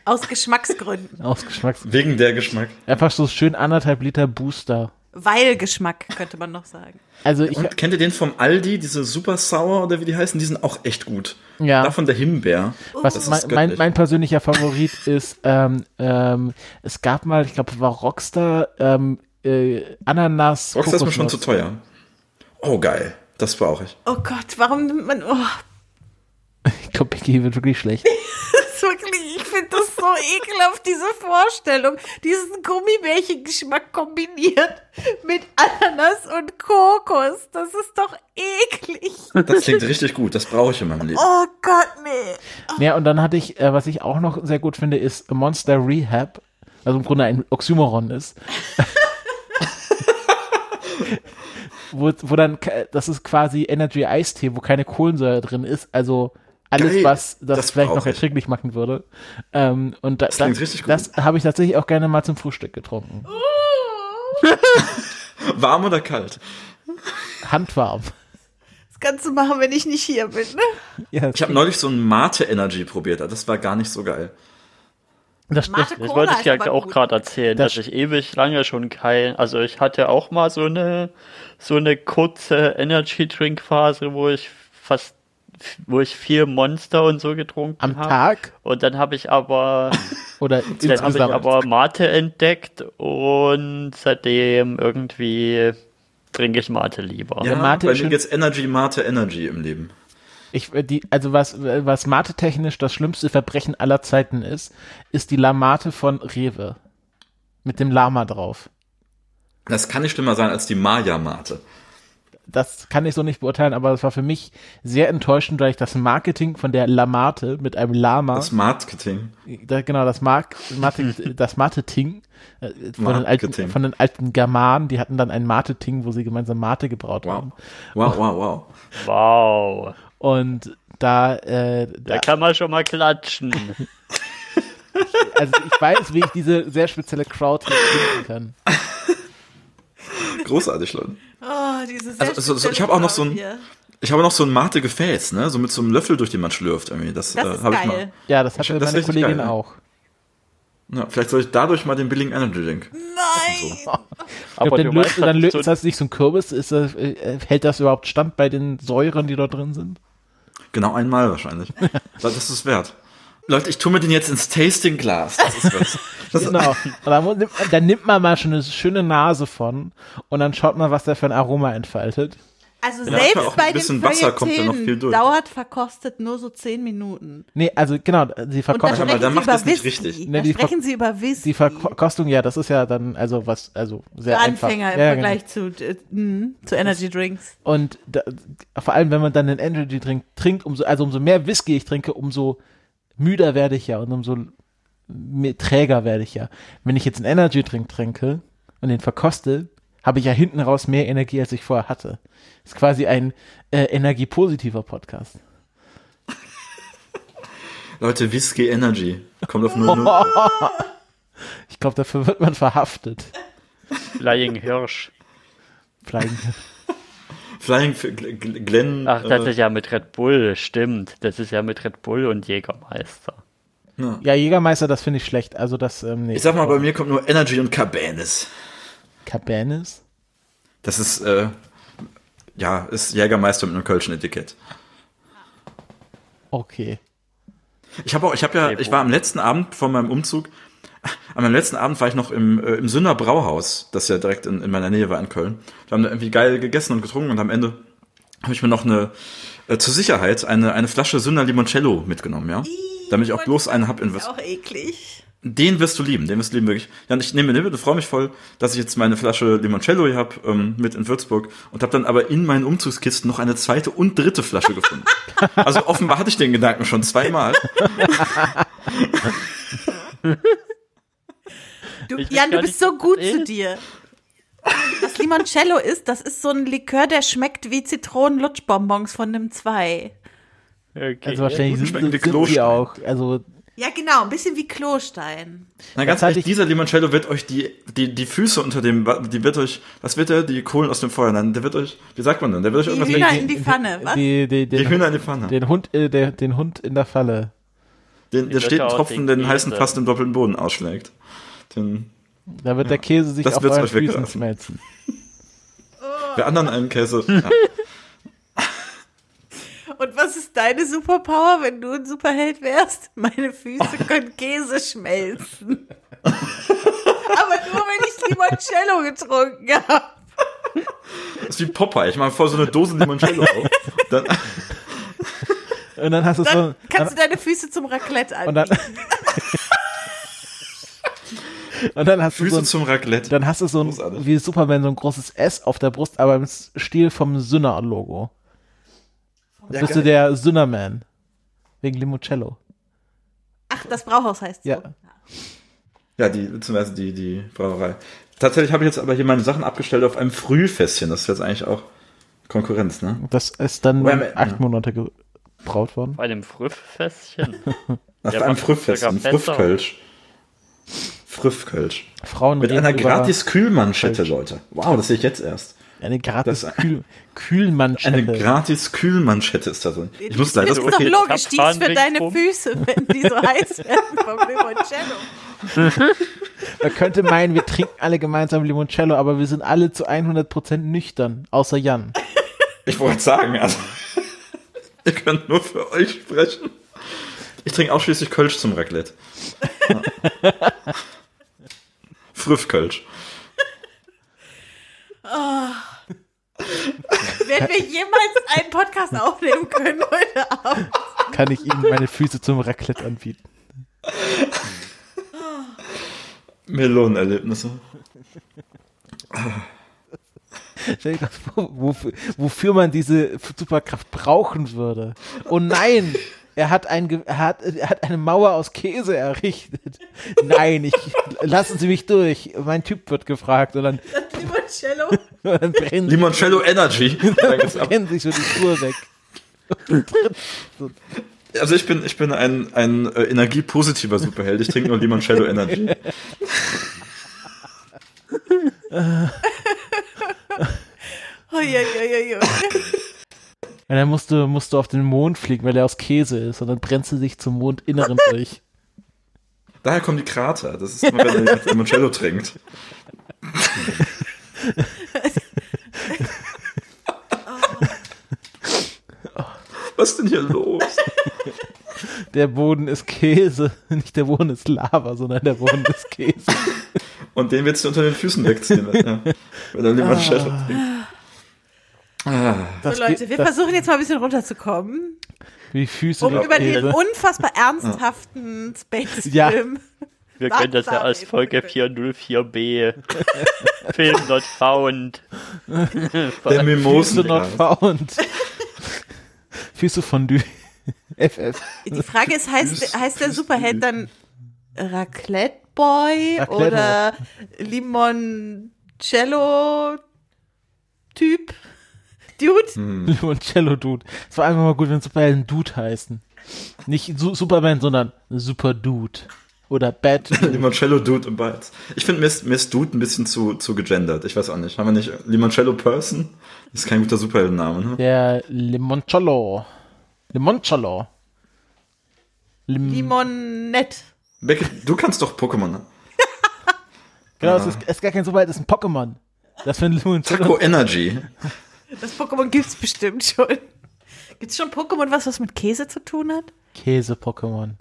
Aus Geschmacksgründen.
Aus Geschmacks.
Wegen der Geschmack.
Einfach so schön anderthalb Liter Booster.
Weil Geschmack, könnte man noch sagen.
Also ich,
Und kennt ihr den vom Aldi, diese Super Sour oder wie die heißen? Die sind auch echt gut.
Ja.
Davon der Himbeer.
was mein, mein,
göttlich.
mein persönlicher Favorit ist, ähm, ähm, es gab mal, ich glaube, war Rockstar, ähm, äh, Ananas.
Rockstar Oh, ist mir schon
Kokosnuss.
zu teuer. Oh, geil. Das brauche ich.
Oh Gott, warum nimmt man. Oh,
Ich glaube, Becky wird wirklich schlecht.
das ist wirklich, ich finde das so ekelhaft, diese Vorstellung. Diesen Gummibärchen-Geschmack kombiniert mit Ananas und Kokos. Das ist doch eklig.
Das klingt richtig gut. Das brauche ich in meinem Leben.
Oh Gott, nee.
Ja, und dann hatte ich, äh, was ich auch noch sehr gut finde, ist Monster Rehab, also im Grunde ein Oxymoron ist. wo, wo dann, ke- das ist quasi Energy Eistee, wo keine Kohlensäure drin ist, also alles,
Geil,
was das,
das
vielleicht noch
brauch ich.
erträglich machen würde. Ähm, und da, das,
klingt richtig gut.
das habe ich tatsächlich auch gerne mal zum Frühstück getrunken.
Warm oder kalt?
Handwarm.
Das kannst du machen, wenn ich nicht hier bin, ne?
Ja,
Ich habe neulich so einen Mate Energy probiert. Das war gar nicht so geil.
das stimmt.
Mate
Das
Cola
wollte ich
ist
ja
aber
auch
gut.
gerade erzählen,
Das-
dass ich ewig lange schon kein, also ich hatte auch mal so eine so eine kurze Energy Drink Phase, wo ich fast wo ich viel Monster und so getrunken
Am
habe.
Tag
Und dann habe ich aber
oder
dann habe ich
insgesamt.
aber Mate entdeckt und seitdem irgendwie trinke ich Mate lieber.
Ja,
Mate
bei
ist
mir
schön-
geht's Energy, Mate Energy im Leben.
Ich, äh, die, also was, äh, was Mate-technisch das schlimmste Verbrechen aller Zeiten ist, ist die Lamate von Rewe. Mit dem Lama drauf.
Das kann nicht schlimmer sein als die Maya Mate.
Das kann ich so nicht beurteilen, aber das war für mich sehr enttäuschend, weil ich das Marketing von der Lamate mit einem Lama,
Das Marketing.
da, genau, das Mark, Mate, das Mate-Ting, äh, von, den alten-
Marketing.
von den alten Germanen, die hatten dann ein Mate-Ting, wo sie gemeinsam Mate gebraut
Wow.
haben.
Wow, wow, wow.
Wow.
Und da, äh,
Da
da,
kann man schon mal klatschen.
also ich weiß, wie ich diese sehr spezielle Crowd hier finden kann.
Großartig, Leute.
Oh, diese
Also, so- so- ich hab auch noch so ein- Ich habe noch so ein Mate-Gefäß, ne? So mit so einem Löffel, durch den man schlürft irgendwie. Das,
Das
äh,
ist
habe ich
geil.
mal.
Ja, das hatte
Das ist
meine
richtig
Kollegin
geil, ne?
auch.
Ja, vielleicht soll ich dadurch mal den billigen Energy Drink.
Nein!
Ich glaub,
Aber
dann
du weißt,
löst, dann löst
so-
das nicht so ein Kürbis. Ist, das, äh, hält das überhaupt stand bei den Säuren, die dort drin sind?
Genau einmal wahrscheinlich. das ist es wert. Leute, ich tue mir den jetzt ins Tasting-Glas. Das ist was. Das
Genau. Und dann, mu- nimmt- dann nimmt man mal schon eine schöne Nase von und dann schaut man, was der für ein Aroma entfaltet.
Also
Ja,
selbst
aber auch ein
bei den
bisschen Wasser kommt da noch viel
Feuilletinen
durch.
dauert verkostet nur so zehn Minuten.
Nee, also genau, sie
Und da
verkosten.
dann- mal,
sprechen sie
macht
über
das nicht
Whisky.
richtig.
Ne,
Da
die
sprechen sie über
Die
Whisky.
Verkostung, ja, das ist ja dann, also was, also sehr
Für
einfach.
Anfänger im
ja,
Vergleich zu, äh, mh, zu Energy Drinks.
Genau. Und da, vor allem, wenn man dann den Energy Drink trinkt, umso, also umso mehr Whisky ich trinke, umso müder werde ich ja und umso mehr träger werde ich ja. Wenn ich jetzt einen Energy Drink trinke und den verkoste, habe ich ja hinten raus mehr Energie, als ich vorher hatte. Ist quasi ein äh, energiepositiver Podcast.
Leute, Whisky Energy. Kommt
Oh.
auf 00.
Ich glaube, dafür wird man verhaftet.
Flying Hirsch.
Flying.
Flying für Gl- Gl- Glenn.
Ach, das
äh,
ist ja mit Red Bull, stimmt. Das ist ja mit Red Bull und Jägermeister.
ja, Jägermeister, das finde ich schlecht. Also das, ähm, nee.
ich sag mal, bei mir kommt nur Energy und Cabanes.
Cabanes?
Das ist, äh, ja, ist Jägermeister mit einem kölschen Etikett.
Okay.
Ich habe auch, ich habe ja, ich war am letzten Abend vor meinem Umzug, An meinem letzten Abend war ich noch im, äh, im Sünder Brauhaus, das ja direkt in, in meiner Nähe war in Köln. Wir haben da irgendwie geil gegessen und getrunken und am Ende habe ich mir noch eine, äh, zur Sicherheit, eine, eine Flasche Sünder Limoncello mitgenommen, ja? Damit ich auch bloß einen hab in
Ist auch eklig.
den wirst du lieben, den wirst du lieben, wirklich. Ja, und ich nehme den mit und freue mich voll, dass ich jetzt meine Flasche Limoncello hier hab ähm, mit in Würzburg und habe dann aber in meinen Umzugskisten noch eine zweite und dritte Flasche gefunden. also offenbar hatte ich den Gedanken schon zweimal.
Du,
Ich weiß
Jan, du
gar
bist
nicht,
so gut
was
zu
ist.
dir. Was Limoncello ist, das ist so ein Likör, der schmeckt wie Zitronen-Lutschbonbons von einem 2.
Okay.
Also wahrscheinlich
gut
sind,
schmeckende
sind die
Klosteine.
auch. Also
Ja, genau, ein bisschen wie Klostein.
Na ganz
hatte
ehrlich,
ich-
dieser Limoncello wird euch die, die, die Füße unter dem, die wird euch, was wird er? Die Kohlen aus dem Feuer, nein, der wird euch, wie sagt man denn, der wird euch
Die
irgendwas
Hühner
weg-
in die Pfanne, was?
die, die,
die
den,
Hühner in die Pfanne.
den, Hund, äh, der, den Hund in der Falle.
Den, der
wird
steht ein
ja auch
Tropfen,
den
den heißen
Käse.
fast im doppelten Boden ausschlägt. Den,
Da wird der Käse sich
Das
auf
wird's
euren
euch
Füßen
weglassen.
schmelzen.
wer anderen einen Käse. Ja.
Und was ist deine Superpower, wenn du ein Superheld wärst? Meine Füße können Käse schmelzen. Aber nur, wenn ich Limoncello getrunken habe.
Das ist wie Popeye. Ich mache vor so eine Dose Limoncello auf. Dann,
Und dann hast du so.
Dann
Dann,
kannst du deine Füße zum Raclette
und, dann,
anbieten.
und dann hast du so
Füße
ein,
zum Raclette.
dann hast du so ein,
Großartig.
wie Superman so ein großes S auf der Brust, aber im Stil vom Sünner-Logo. Dann bist du
geil.
der Sünnerman. Wegen Limoncello.
Ach, das Brauhaus heißt so.
Ja.
ja, die, beziehungsweise die, die Brauerei. Tatsächlich habe ich jetzt aber hier meine Sachen abgestellt auf einem Frühfässchen. Das ist jetzt eigentlich auch Konkurrenz, ne?
Das ist dann
Wait a minute.
acht Monate gebraut worden.
Bei dem Früffässchen.
Auf
Ja,
einem
macht
Frühfässchen.
sogar besser.
Frühkölsch. Frühkölsch.
Frauen
Mit
reden
einer
über
gratis Kühlmanschette, Leute. Wow, das sehe ich jetzt erst.
eine gratis
das ist-
Kühl Kühlmanschette.
Eine gratis Kühlmanschette ist da drin. Ich muss leider
Äh, Das
das
ist doch
Paket.
logisch, die ist für
Tapfanrichtung.
deine Füße, wenn die so heiß werden vom Limoncello.
Man könnte meinen, wir trinken alle gemeinsam Limoncello, aber wir sind alle zu 100% nüchtern, außer Jan.
Ich wollte sagen, also. ihr könnt nur für euch sprechen. Ich trinke ausschließlich Kölsch zum Raclette. Ja. Früffkölsch.
Wenn wir jemals einen Podcast aufnehmen können heute Abend.
Kann ich ihm meine Füße zum Raclette anbieten?
Melonenerlebnisse.
Stell dir das vor, wofür, wofür man diese Superkraft brauchen würde. Oh nein! Er hat, ein, Ge- er, hat, er hat eine Mauer aus Käse errichtet. Nein, ich, lassen Sie mich durch. Mein Typ wird gefragt und dann,
Das Limoncello.
und dann brennen, sie-
Limoncello Energy.
brennen sich so die Schuhe weg.
Also ich bin, ich bin ein, ein äh, energiepositiver Superheld. Ich trinke nur Limoncello Energy.
Uiuiuiui.
Und dann musst du, musst du auf den Mond fliegen, weil er aus Käse ist. Und dann brennst du dich zum Mondinneren durch.
Daher kommen die Krater. Das ist immer, wenn man Limoncello trinkt. Was ist denn hier los?
Der Boden ist Käse. Nicht der Boden ist Lava, sondern der Boden ist Käse.
Und den wird sie unter den Füßen wegziehen. ja. Wenn dann jemand Shadow Ah.
So Leute,
geht-
wir
das-
versuchen jetzt mal ein bisschen runterzukommen,
Wie Füße
um
um
über den
Käse.
unfassbar ernsthaften
Ja.
Space-Film.
Wir können das ja als Folge 404b Film not found.
Ah, Der
Füße
Mimosen.
not found. Füße Fondue. FF.
Die Frage ist, heißt,
Füß-
heißt der
Füß-
Superheld dann Raclette Boy
Raclette
oder Limoncello Typ? Dude?
Hm. Limoncello Dude. Es war einfach mal gut, wenn Superhelden Dude heißen. Nicht Su Superman, sondern Super Dude. Oder Bad Dude.
Limoncello Dude und Bites. Ich finde Miss, Miss Dude ein bisschen zu, zu gegendert. Ich weiß auch nicht. Haben wir nicht Limoncello Person? Das ist kein guter Superheldenname, ne?
Der Limoncello. Limoncello. Lim
Limonette.
Becky, du kannst doch Pokémon. ne?
genau, es ist, es ist gar kein Superheld, es ist ein Pokémon. Das für ein Limoncello
Taco Energy.
Das Pokémon gibt's bestimmt schon. Gibt's schon Pokémon, was was mit Käse zu tun hat?
Käse-Pokémon.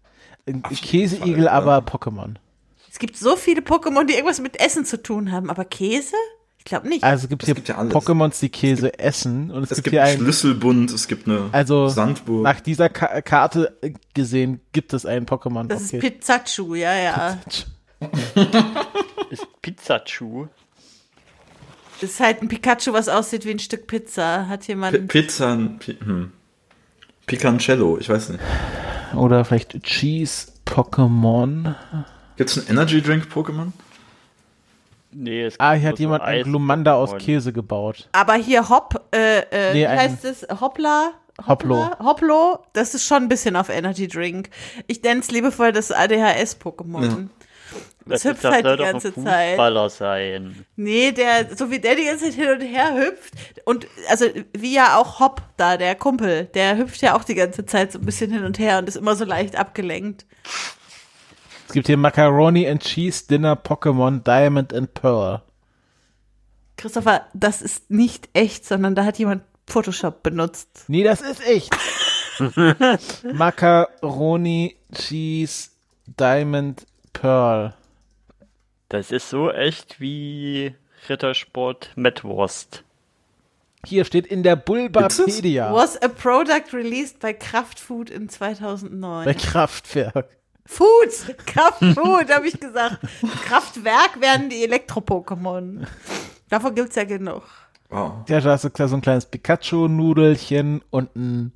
Ein Käseigel, aber Pokémon.
Es gibt so viele Pokémon, die irgendwas mit Essen zu tun haben, aber Käse? Ich glaube nicht.
Also gibt's
Es
hier
gibt ja alles.
Pokémons, die Käse essen und es,
Es
gibt,
gibt
hier
einen
einen,
Schlüsselbund, es gibt eine
also
Sandburg.
nach dieser Ka Karte gesehen gibt es einen Pokémon.
Das ist
Okay.
Pizzachu, ja, ja.
Ist Pizzachu.
Das ist halt ein Pikachu, was aussieht wie ein Stück Pizza. Hat
P
jemand.
Pizza, P hm. Picancello, ich weiß nicht.
Oder vielleicht Cheese Pokémon.
Gibt es einen Energy Drink Pokémon?
Nee, es
Ah,
gibt
hier hat
nur so
jemand einen
Eis-
Glumanda aus
Moin.
Käse gebaut.
Aber hier Hopp, äh, äh,
Nee,
wie
ein-
heißt es? Hoppla? Hoppla? Hopplo, das ist schon ein bisschen auf Energy Drink. Ich nenne es liebevoll das ADHS-Pokémon.
Ja.
Das,
ist-
hüpft halt
soll
die
doch ein
ganze Zeit.
Fußballer sein.
Nee, der, so wie der die ganze Zeit hin und her hüpft und also wie ja auch Hopp da, der Kumpel, der hüpft ja auch die ganze Zeit so ein bisschen hin und her und ist immer so leicht abgelenkt.
Es gibt hier Macaroni and Cheese Dinner Pokémon Diamond and Pearl.
Christopher, das ist nicht echt, sondern da hat jemand Photoshop benutzt.
Nee, das ist echt. Macaroni Cheese Diamond Pearl.
Das ist so echt wie Rittersport Metwurst.
Hier steht in der Bulbapedia
Was a product released by Kraftfood in 2009.
bei Kraftwerk.
Food, Kraftfood, habe ich gesagt. Kraftwerk werden die Elektro-Pokémon. Davon gibt's ja genug.
Wow.
Ja, da hast du klar so ein kleines Pikachu-Nudelchen und ein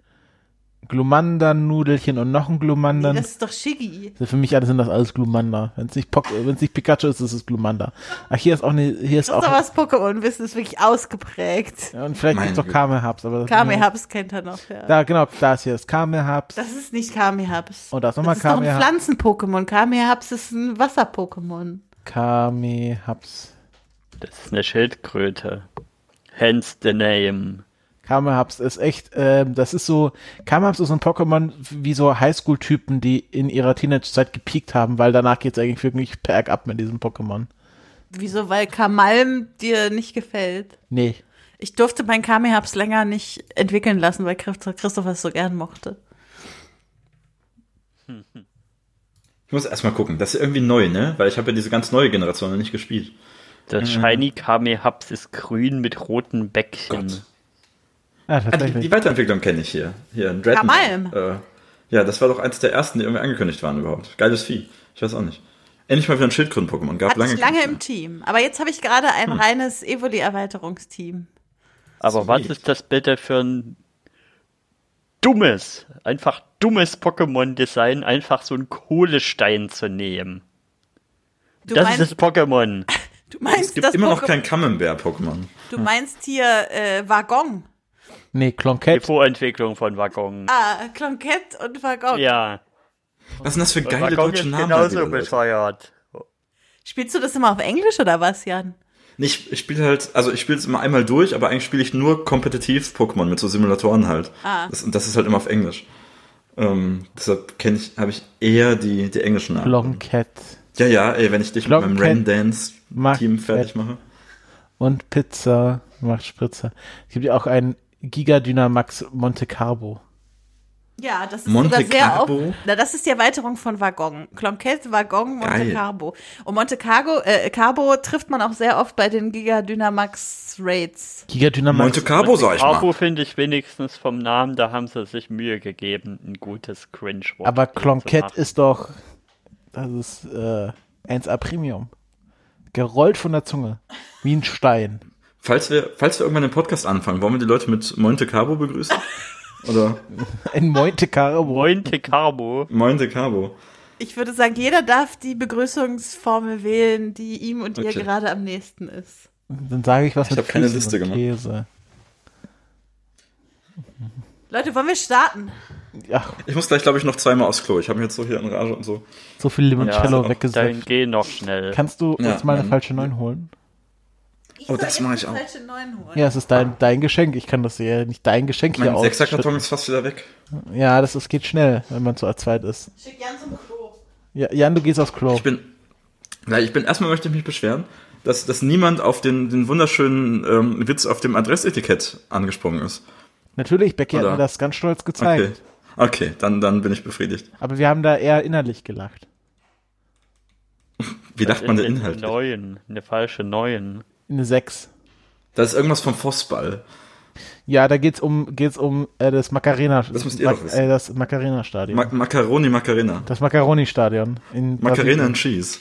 Glumanda-Nudelchen und noch ein
Nee,
Glumanda.
das ist doch Shiggy.
Also für mich alle sind das alles Glumanda. Wenn es nicht, Pok- äh, wenn's nicht Pikachu ist, ist es Glumanda. Ach, hier ist auch eine, hier
Das
ist
ist
auch.
aber das Pokémon-Wissen ist wirklich ausgeprägt.
Ja, und vielleicht
Meine
gibt's doch
Güte.
Kamehaps, aber das
Kamehaps kennt er noch, ja.
Da, genau, da ist hier das Kamehaps.
Das ist nicht Kamehaps.
Und da ist nochmal
Das ist doch ein
Kamehaps.
Pflanzen-Pokémon. Kamehaps ist ein Wasser-Pokémon.
Kamehaps.
Das ist eine Schildkröte. Hence the name.
Kamehaps ist echt, ähm, das ist so, Kamehaps ist so ein Pokémon wie so Highschool-Typen, die in ihrer Teenage-Zeit gepiekt haben, weil danach geht's eigentlich wirklich bergab mit diesem Pokémon.
Wieso? Weil Kamalm dir nicht gefällt.
Nee.
Ich durfte mein Kamehaps länger nicht entwickeln lassen, weil Christ- Christopher es so gern mochte.
Ich muss erstmal gucken. Das ist irgendwie neu, ne? Weil ich habe ja diese ganz neue Generation noch nicht gespielt.
Das
Mhm.
Shiny Kamehaps ist grün mit roten Bäckchen.
Gott.
Ja,
Ah, die, die
tatsächlich.
Weiterentwicklung kenne ich hier. Hier in Dreadnought.
Kamalm.
Äh, ja, das war doch eins der ersten, die irgendwie angekündigt waren überhaupt. Geiles Vieh. Ich weiß auch nicht. Endlich mal wieder ein Schildkröten-Pokémon. Gab
Hatte
lange. Hm.
ich lange
keins
im Team. Aber jetzt habe ich gerade ein reines Evoli-Erweiterungsteam.
Aber was
Sweet.
ist das bitte für ein dummes, einfach dummes Pokémon-Design, einfach so einen Kohlestein zu nehmen?
Du
das
meinst,
ist das Pokémon.
du
mehr.
meinst
Es gibt
das
immer noch
Pokémon-
kein Hm. Camembert-Pokémon.
Du meinst hier äh, Waggon.
Nee,
Die
Klonkett.
Vorentwicklung von Waggon.
Ah, Klonkett und Waggon.
ja,
Was sind das für
Waggon
geile deutsche
ist
Namen? da
also.
genauso
wieder, Leute?
bescheuert.
Spielst du das immer auf Englisch oder was, Jan?
Nee, Ich, ich spiele halt, also ich spiele es immer einmal durch, aber eigentlich spiele ich nur kompetitiv Pokémon mit so Simulatoren halt.
Ah.
Das, und das ist halt immer auf Englisch. Ähm, deshalb kenne ich, habe ich eher die, die englischen Namen.
Klonkett.
Ja, ja, ey, wenn ich dich
Long
mit
Cat
meinem Ren-Dance-Team
mag-
fertig mache.
Und Pizza macht Spritzer. Es gibt ja auch einen Gigadynamax Monte Carlo.
Ja, das ist
Monte
sogar sehr auf,
Carlo?
Na, das ist die Erweiterung von Waggon. Clonquet, Waggon, Monte
Geil.
Carlo. Und Monte Cargo, äh, Carbo trifft man auch sehr oft bei den Giga Dynamax Raids.
Gigadynamax.
Monte Carlo, sag ich mal.
Carbo finde ich wenigstens vom Namen, da haben sie sich Mühe gegeben, ein gutes Cringe-Wort.
Aber
zu
Klonkett
machen.
ist doch, das ist äh, 1A Premium. Gerollt von der Zunge. Wie ein Stein.
Falls wir, falls wir irgendwann den Podcast anfangen, wollen wir die Leute mit Monte Carlo begrüßen? Oder
Ein Monte Carlo.
Pointe Carbo.
Monte Carlo?
Ich würde sagen, jeder darf die Begrüßungsformel wählen, die ihm und ihr
Okay.
gerade am nächsten ist.
Dann sage ich was mit
hab keine
Füßen
Liste
und
gemacht.
Käse.
Leute, wollen wir starten?
Ach,
Ich muss gleich, glaube ich, noch zweimal aufs Klo. Ich habe mich jetzt so hier in Rage und so.
so viel Limoncello
Ja,
Dann
weggesagt.
geh noch schnell.
Kannst du
Ja,
uns mal eine
ähm,
falsche 9 holen?
Oh, das mache ich auch.
Falsche Neun holen.
Ja, es ist dein, dein Geschenk. Ich kann das ja nicht dein Geschenk hier
Mein
aus.
Sechserkarton ist fast wieder weg.
Ja, das ist, geht schnell, wenn man zu zweit ist.
Schick Jan zum Klo.
Ja, Jan, du gehst aufs Klo.
Ich bin, ja, ich bin erstmal möchte ich mich beschweren, dass, dass niemand auf den, den wunderschönen ähm, Witz auf dem Adressetikett angesprungen ist.
Natürlich, Becky hat
Oder?
mir das ganz stolz
Okay.
gezeigt.
Okay, dann, dann bin ich befriedigt.
Aber wir haben da eher innerlich gelacht.
Wie
Was
dacht man
ist
denn inhaltlich?
Neuen, eine falsche Neuen.
Eine 6.
Da ist irgendwas vom Fossball.
Ja, da geht's um geht's um äh, das Macarena
Das müsst ihr doch wissen.
äh, das Macarena Stadion.
Ma Macaroni Macarena.
das Macaroni Stadion in
Macarena
Brasilien.
and Cheese.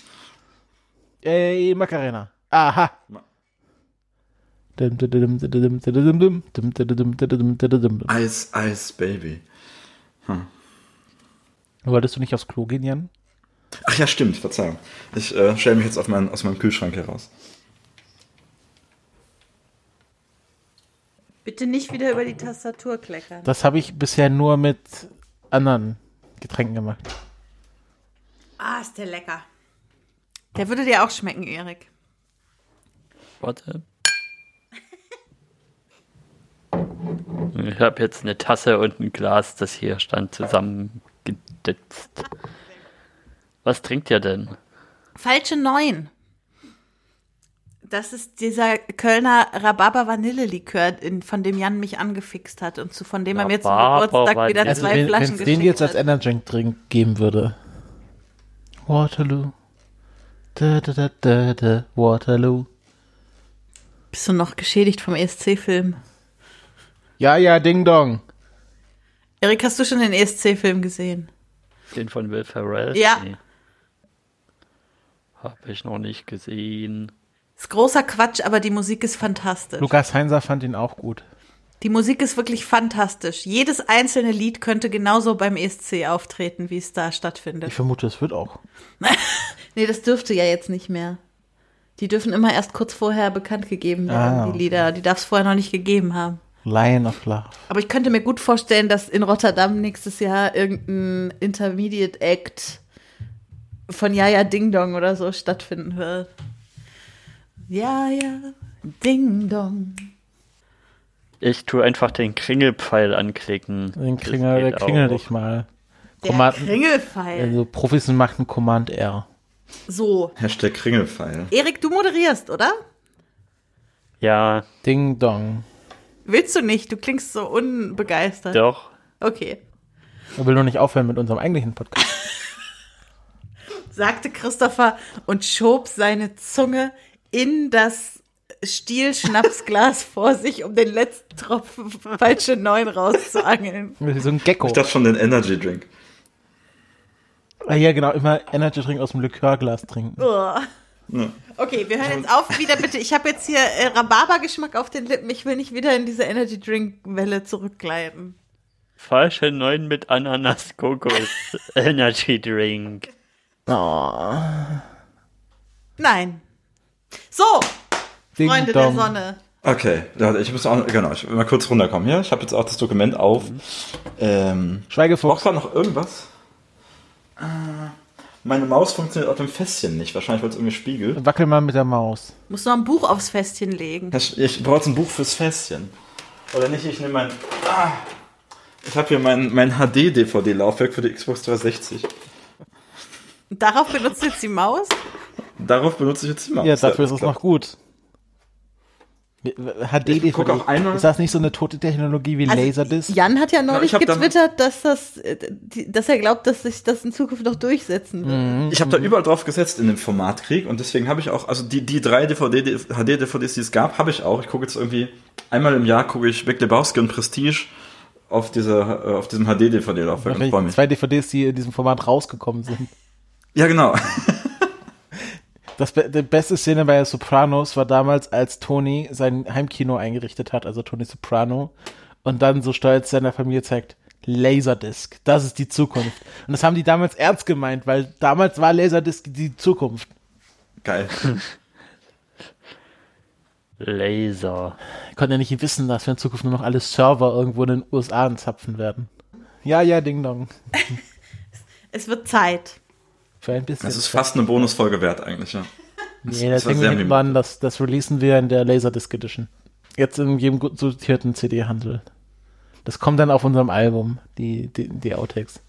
Ey, Macarena. Aha.
Ma-
Dim, dim, dim, dim, dim, dim, dim, dim, dim, dim, dim, dim, dim.
Eis, Eis, Baby.
Wolltest du nicht aufs Klo gehen, Jan?
Ach ja, stimmt, Verzeihung. Ich äh, stelle mich jetzt auf meinen, aus meinem Kühlschrank heraus.
Bitte nicht wieder über die Tastatur kleckern.
Das habe ich bisher nur mit anderen Getränken gemacht.
Ah, ist der lecker. Der würde dir auch schmecken, Erik.
Warte. Ich habe jetzt eine Tasse und ein Glas, das hier stand, zusammengeditzt. Was trinkt ihr denn?
Falsche Neun. Das ist dieser Kölner Rhabarber Vanillelikör, in- von dem Jan mich angefixt hat und zu, von dem er mir zum
Rhabarber
Geburtstag wieder
Vanille-
Also
zwei
wenn
Flaschen
es den
geschenkt
jetzt als
hat.
Energy Drink geben würde. Waterloo. Da, da, da, da, da, Waterloo.
Bist du noch geschädigt vom E ESC-Film?
Ja, ja, Ding Dong.
Erik, hast du schon den ESC-Film gesehen?
Den von Will Ferrell?
Ja.
Habe ich noch nicht gesehen.
Ist großer Quatsch, aber die Musik ist fantastisch.
Lukas Heinser fand ihn auch gut.
Die Musik ist wirklich fantastisch. Jedes einzelne Lied könnte genauso beim ESC auftreten, wie es da stattfindet.
Ich vermute, es wird auch.
Nee, das dürfte ja jetzt nicht mehr. Die dürfen immer erst kurz vorher bekannt gegeben werden,
Ah,
die Lieder. Die darf es vorher noch nicht gegeben haben.
Lion of Love.
Aber ich könnte mir gut vorstellen, dass in Rotterdam nächstes Jahr irgendein Intermediate Act von Yaya Ding Dong oder so stattfinden wird. Yaya Ding Dong.
Ich tue einfach den Kringelpfeil anklicken.
Den
Das
Klingel, der
geht
klingel
auch.
dich mal.
Der
Command-
Kringelpfeil.
Also Profis machen Command R.
So.
Hashtag Kringelfeil.
Erik, du moderierst, oder?
Ja,
Ding Dong.
Willst du nicht? Du klingst so unbegeistert.
doch.
Okay.
Er will nur nicht aufhören mit unserem eigentlichen Podcast.
sagte Christopher und schob seine Zunge in das Stielschnapsglas vor sich, um den letzten Tropfen falsche Neun rauszuangeln.
Wie so ein Gecko.
Ich dachte schon den Energy Drink.
Ah, ja, genau. Immer Energy Drink aus dem Likörglas trinken.
Uah.
Ne.
Okay, wir hören jetzt auf wieder bitte. Ich habe jetzt hier äh, Rhabarbergeschmack auf den Lippen. Ich will nicht wieder in diese Energy Drink Welle zurückgleiten.
Falsche 9 mit Ananas Kokos Energy Drink.
Nein. So,
Ding
Freunde der
Dong.
Sonne.
Okay, ja, ich muss auch, genau, ich will mal kurz runterkommen hier. Ich habe jetzt auch das Dokument auf. Ähm,
Schweigefuchs.
brauchst du da noch irgendwas? Äh, Meine Maus funktioniert auf dem Fässchen nicht. Wahrscheinlich, weil es irgendwie spiegelt.
Wackel mal mit der Maus.
Muss noch ein Buch aufs Festchen legen.
Ich, ich brauche jetzt ein Buch fürs Fässchen. Oder nicht, ich nehme mein... Ah, ich habe hier mein, mein HD-DVD-Laufwerk für die Xbox 360.
Und darauf benutzt jetzt die Maus.
Darauf benutze ich jetzt die Maus.
Ja, dafür ist es
klar.
noch gut. HD
guck auch einmal-
Ist das nicht so eine tote Technologie wie
Also,
Laserdisc?
Jan hat ja neulich
Ja, ich hab dann-
getwittert, dass, das, äh, die- dass er glaubt, dass sich das in Zukunft noch durchsetzen wird.
Ich habe da überall drauf gesetzt in dem Formatkrieg und deswegen habe ich auch, also die, die drei DVD, HD-DVDs, die es gab, habe ich auch. Ich gucke jetzt irgendwie, einmal im Jahr gucke ich Big Lebowski und Prestige auf, dieser, äh, auf diesem HD-DVD-Laufwerk und freue
Wahrscheinlich
mich.
zwei DVDs, die in diesem Format rausgekommen sind.
Ja, genau.
Das, be- die beste Szene bei Sopranos war damals, als Tony sein Heimkino eingerichtet hat, also Tony Soprano, und dann so stolz seiner Familie zeigt, Laserdisc, das ist die Zukunft. Und das haben die damals ernst gemeint, weil damals war Laserdisc die Zukunft.
Geil.
Laser.
Konnte ja nicht wissen, dass wir in Zukunft nur noch alle Server irgendwo in den USA anzapfen werden. Ja, ja, Ding Dong.
Es wird Zeit.
Für ein bisschen.
Das ist fast eine Bonusfolge wert eigentlich, ja.
nee, das
das war
Ding
sehr
hinten dran, das, das releasen wir in der Laserdisc Edition. Jetzt in jedem gut sortierten CD-Handel. Das kommt dann auf unserem Album, die, die, die Outtakes.